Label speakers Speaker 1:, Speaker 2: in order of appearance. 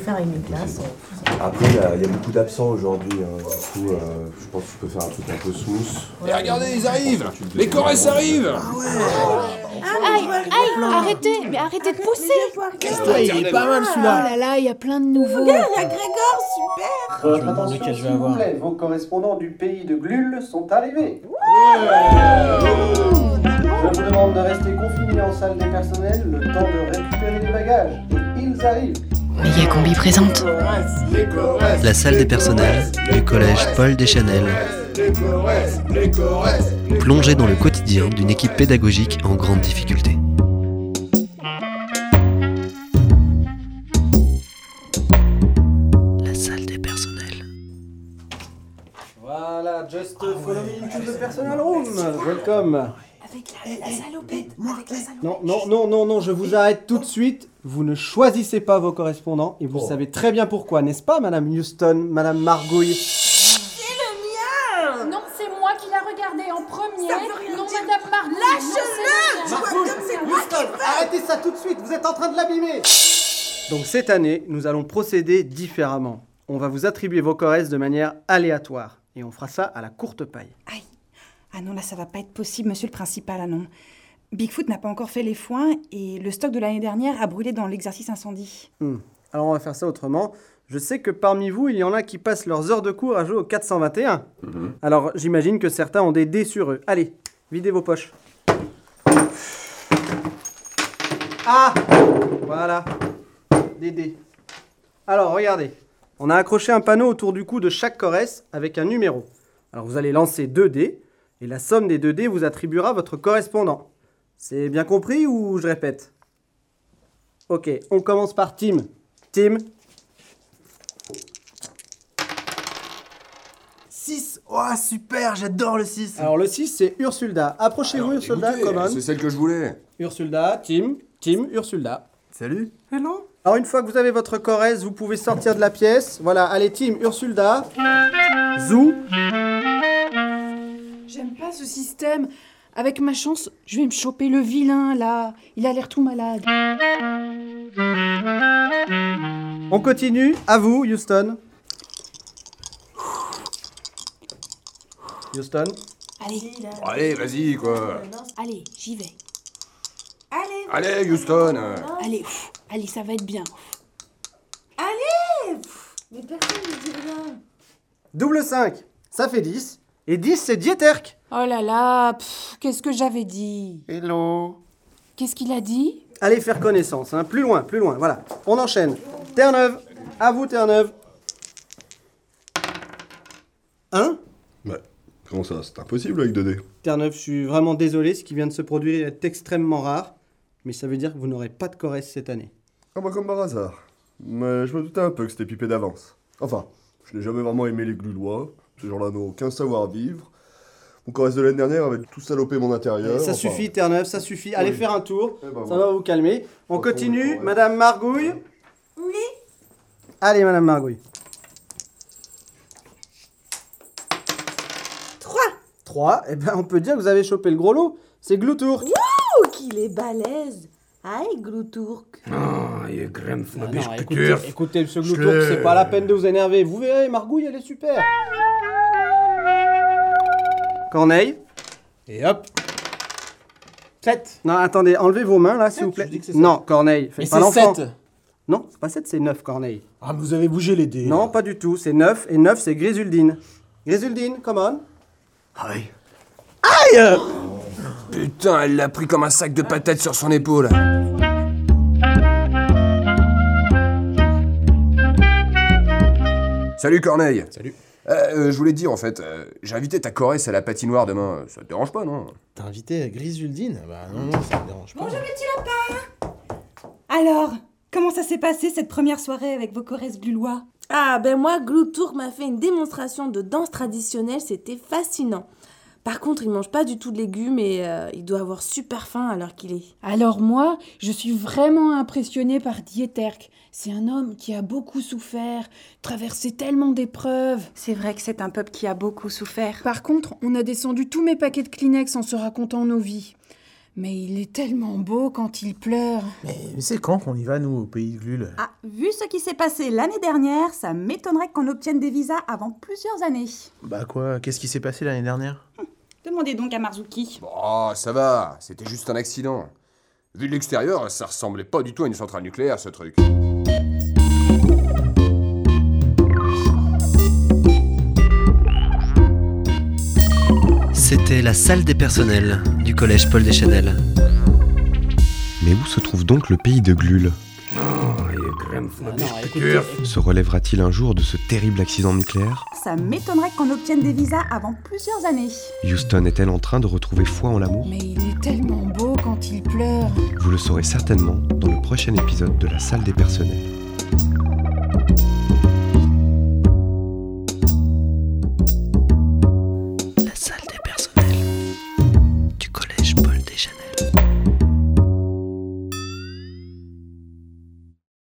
Speaker 1: faire avec mes classes.
Speaker 2: Après, il y a- il y, a beaucoup d'absents aujourd'hui. hein. Du coup, euh, je pense que tu peux faire un truc un peu smooth.
Speaker 3: Et regardez, ils arrivent Les Corses arrivent
Speaker 4: Ah
Speaker 5: Aïe, aïe, arrêtez, mais arrêtez de pousser
Speaker 4: Ah, il est pas mal
Speaker 5: Oh
Speaker 4: celui-là.
Speaker 5: là là, il y a plein de nouveaux.
Speaker 6: Euh,
Speaker 7: Je me demandais
Speaker 6: attention,
Speaker 7: qu'elle
Speaker 6: s'il
Speaker 7: va
Speaker 6: vous
Speaker 7: avoir.
Speaker 6: plaît, vos correspondants du pays de Glul sont arrivés. Je vous demande de rester confinés en salle des personnels le temps de récupérer les bagages. Ils arrivent.
Speaker 8: Méga Combi présente.
Speaker 9: La salle des personnels du collège Paul Deschanel, plongée dans le quotidien d'une équipe pédagogique en grande difficulté. La salle des personnels.
Speaker 6: Voilà, just follow me into the personal room. Welcome.
Speaker 5: Avec la, salopette, avec la salopette.
Speaker 6: Non, non, non, non, non, je vous arrête tout de suite. Vous ne choisissez pas vos correspondants et vous savez très bien pourquoi, n'est-ce pas, Madame Houston, Madame Margouille
Speaker 5: Non, c'est moi qui l'ai regardé en premier. non, Madame Margot. Lâche-le
Speaker 6: Arrêtez ça tout de suite, vous êtes en train de l'abîmer Donc cette année, nous allons procéder différemment. On va vous attribuer vos corresses de manière aléatoire. Et on fera ça à la courte paille.
Speaker 10: Ah non, là, ça va pas être possible, monsieur le principal, ah non. Bigfoot n'a pas encore fait les foins et le stock de l'année dernière a brûlé dans l'exercice incendie.
Speaker 6: Hmm. Alors on va faire ça autrement. Je sais que parmi vous, il y en a qui passent leurs heures de cours à jouer au 421. Alors j'imagine que certains ont des dés sur eux. Allez, videz vos poches. Ah Voilà. Des dés. Alors regardez. On a accroché un panneau autour du cou de chaque corresse avec un numéro. Alors vous allez lancer deux dés et la somme des deux dés vous attribuera votre correspondant. C'est bien compris ou je répète Ok, on commence par Tim. Tim,
Speaker 4: 6. Oh, super, j'adore le 6.
Speaker 6: alors le 6 c'est Ursulda. Approchez-vous Ursulda,
Speaker 3: Écoutez,
Speaker 6: Common.
Speaker 3: C'est celle que je voulais
Speaker 6: Ursulda, Tim, Tim, Ursulda.
Speaker 4: Salut.
Speaker 5: Ah
Speaker 6: Alors une fois que vous avez votre Corrèze, vous pouvez sortir de la pièce. Voilà, allez Tim, Ursulda, Zou.
Speaker 5: J'aime pas ce système. Avec ma chance, je vais me choper le vilain, là. Il a l'air tout malade.
Speaker 6: On continue, à vous Houston. Houston.
Speaker 5: Allez,
Speaker 3: Bon, Allez, vas-y, quoi
Speaker 5: allez, j'y vais.
Speaker 1: Allez,
Speaker 3: Allez, Houston euh,
Speaker 10: Ah,
Speaker 5: Allez, pff, allez, ça va être bien.
Speaker 1: mais personne ne dit rien.
Speaker 6: Double 5, ça fait 10. Et 10 c'est Dieterk.
Speaker 5: Oh là là, pff, qu'est-ce que j'avais dit
Speaker 4: Hello.
Speaker 5: Qu'est-ce qu'il a dit
Speaker 6: Allez faire connaissance, hein. plus loin, plus loin, voilà. On enchaîne. Terre-Neuve, à vous Terre-Neuve. 1
Speaker 11: Ouais. Comment ça C'est impossible avec 2D.
Speaker 6: Hein Terre-Neuve, je suis vraiment désolé, ce qui vient de se produire est extrêmement rare, mais ça veut dire que vous n'aurez pas de Corrèze cette année.
Speaker 11: Ah bah comme par hasard. Mais je me doutais un peu que c'était pipé d'avance. Enfin, je n'ai jamais vraiment aimé les glulois. Ces gens-là n'ont aucun savoir-vivre. Mon corresse de l'année dernière avait tout salopé mon intérieur.
Speaker 6: ça
Speaker 11: enfin.
Speaker 6: suffit, Terre-Neuve, ça suffit. Allez
Speaker 11: Oui.
Speaker 6: faire un tour,
Speaker 11: Eh ben
Speaker 6: ça
Speaker 11: voilà.
Speaker 6: va vous calmer. On
Speaker 11: Retourne,
Speaker 6: continue,
Speaker 11: ouais.
Speaker 6: Madame Margouille.
Speaker 1: Oui
Speaker 6: Allez, Madame Margouille.
Speaker 1: 3
Speaker 6: 3, eh ben on peut dire que vous avez chopé le gros lot. C'est Gloutour.
Speaker 1: Oh, qu'il est balèze Aïe, Gloutourk
Speaker 4: Ah non,
Speaker 6: écoutez, écoutez, monsieur Gloutourk,
Speaker 4: Je-
Speaker 6: c'est pas la peine de vous énerver. Vous verrez, Margouille, elle est super. Corneille.
Speaker 4: Et hop. 7.
Speaker 6: Non, attendez, enlevez vos mains là, s'il vous plaît.
Speaker 4: je dis que c'est
Speaker 6: Non, Corneille,
Speaker 4: Et
Speaker 6: faites pas
Speaker 4: c'est
Speaker 6: l'enfant.
Speaker 4: 7.
Speaker 6: Non, c'est pas 7, c'est 9, Corneille.
Speaker 4: Ah, mais vous avez bougé les dés.
Speaker 6: Non, pas du tout, c'est 9 et 9 c'est Grésuldine. Grésuldine, come on.
Speaker 4: Aïe.
Speaker 3: Putain, elle l'a pris comme un sac de patates sur son épaule Salut Corneille
Speaker 4: Salut.
Speaker 3: Euh, euh, je voulais te dire en fait, euh, j'ai invité ta Corrèze à la patinoire demain, ça te dérange pas non
Speaker 4: T'as invité Grisuldine Bah non, non, ça me dérange pas.
Speaker 10: Alors, comment ça s'est passé cette première soirée avec vos corresses glulois
Speaker 1: Ah, ben moi, Gloutourk m'a fait une démonstration de danse traditionnelle, c'était fascinant. Par contre, il mange pas du tout de légumes et euh, il doit avoir super faim alors qu'il est.
Speaker 5: Alors moi, je suis vraiment impressionnée par Dieterk. C'est un homme qui a beaucoup souffert, traversé tellement d'épreuves.
Speaker 10: C'est vrai que c'est un peuple qui a beaucoup souffert.
Speaker 5: Par contre, on a descendu tous mes paquets de Kleenex en se racontant nos vies. Mais il est tellement beau quand il pleure.
Speaker 4: Mais c'est quand qu'on y va, nous, au pays de Glul
Speaker 10: Ah, vu ce qui s'est passé l'année dernière, ça m'étonnerait qu'on obtienne des visas avant plusieurs années.
Speaker 4: Bah quoi Qu'est-ce qui s'est passé l'année dernière
Speaker 10: Demandez donc à Marzuki.
Speaker 3: Oh, ça va, c'était juste un accident. Vu de l'extérieur, ça ressemblait pas du tout à une centrale nucléaire, ce truc.
Speaker 9: C'était la salle des personnels du collège Paul Deschanel.
Speaker 7: Mais où se trouve donc le pays de Glul Se relèvera-t-il un jour de ce terrible accident nucléaire
Speaker 10: Ça m'étonnerait qu'on obtienne des visas avant plusieurs années.
Speaker 7: Houston est-elle en train de retrouver foi en l'amour
Speaker 5: Mais il est tellement beau quand il pleure.
Speaker 7: Vous le saurez certainement dans le prochain épisode de la salle des personnels.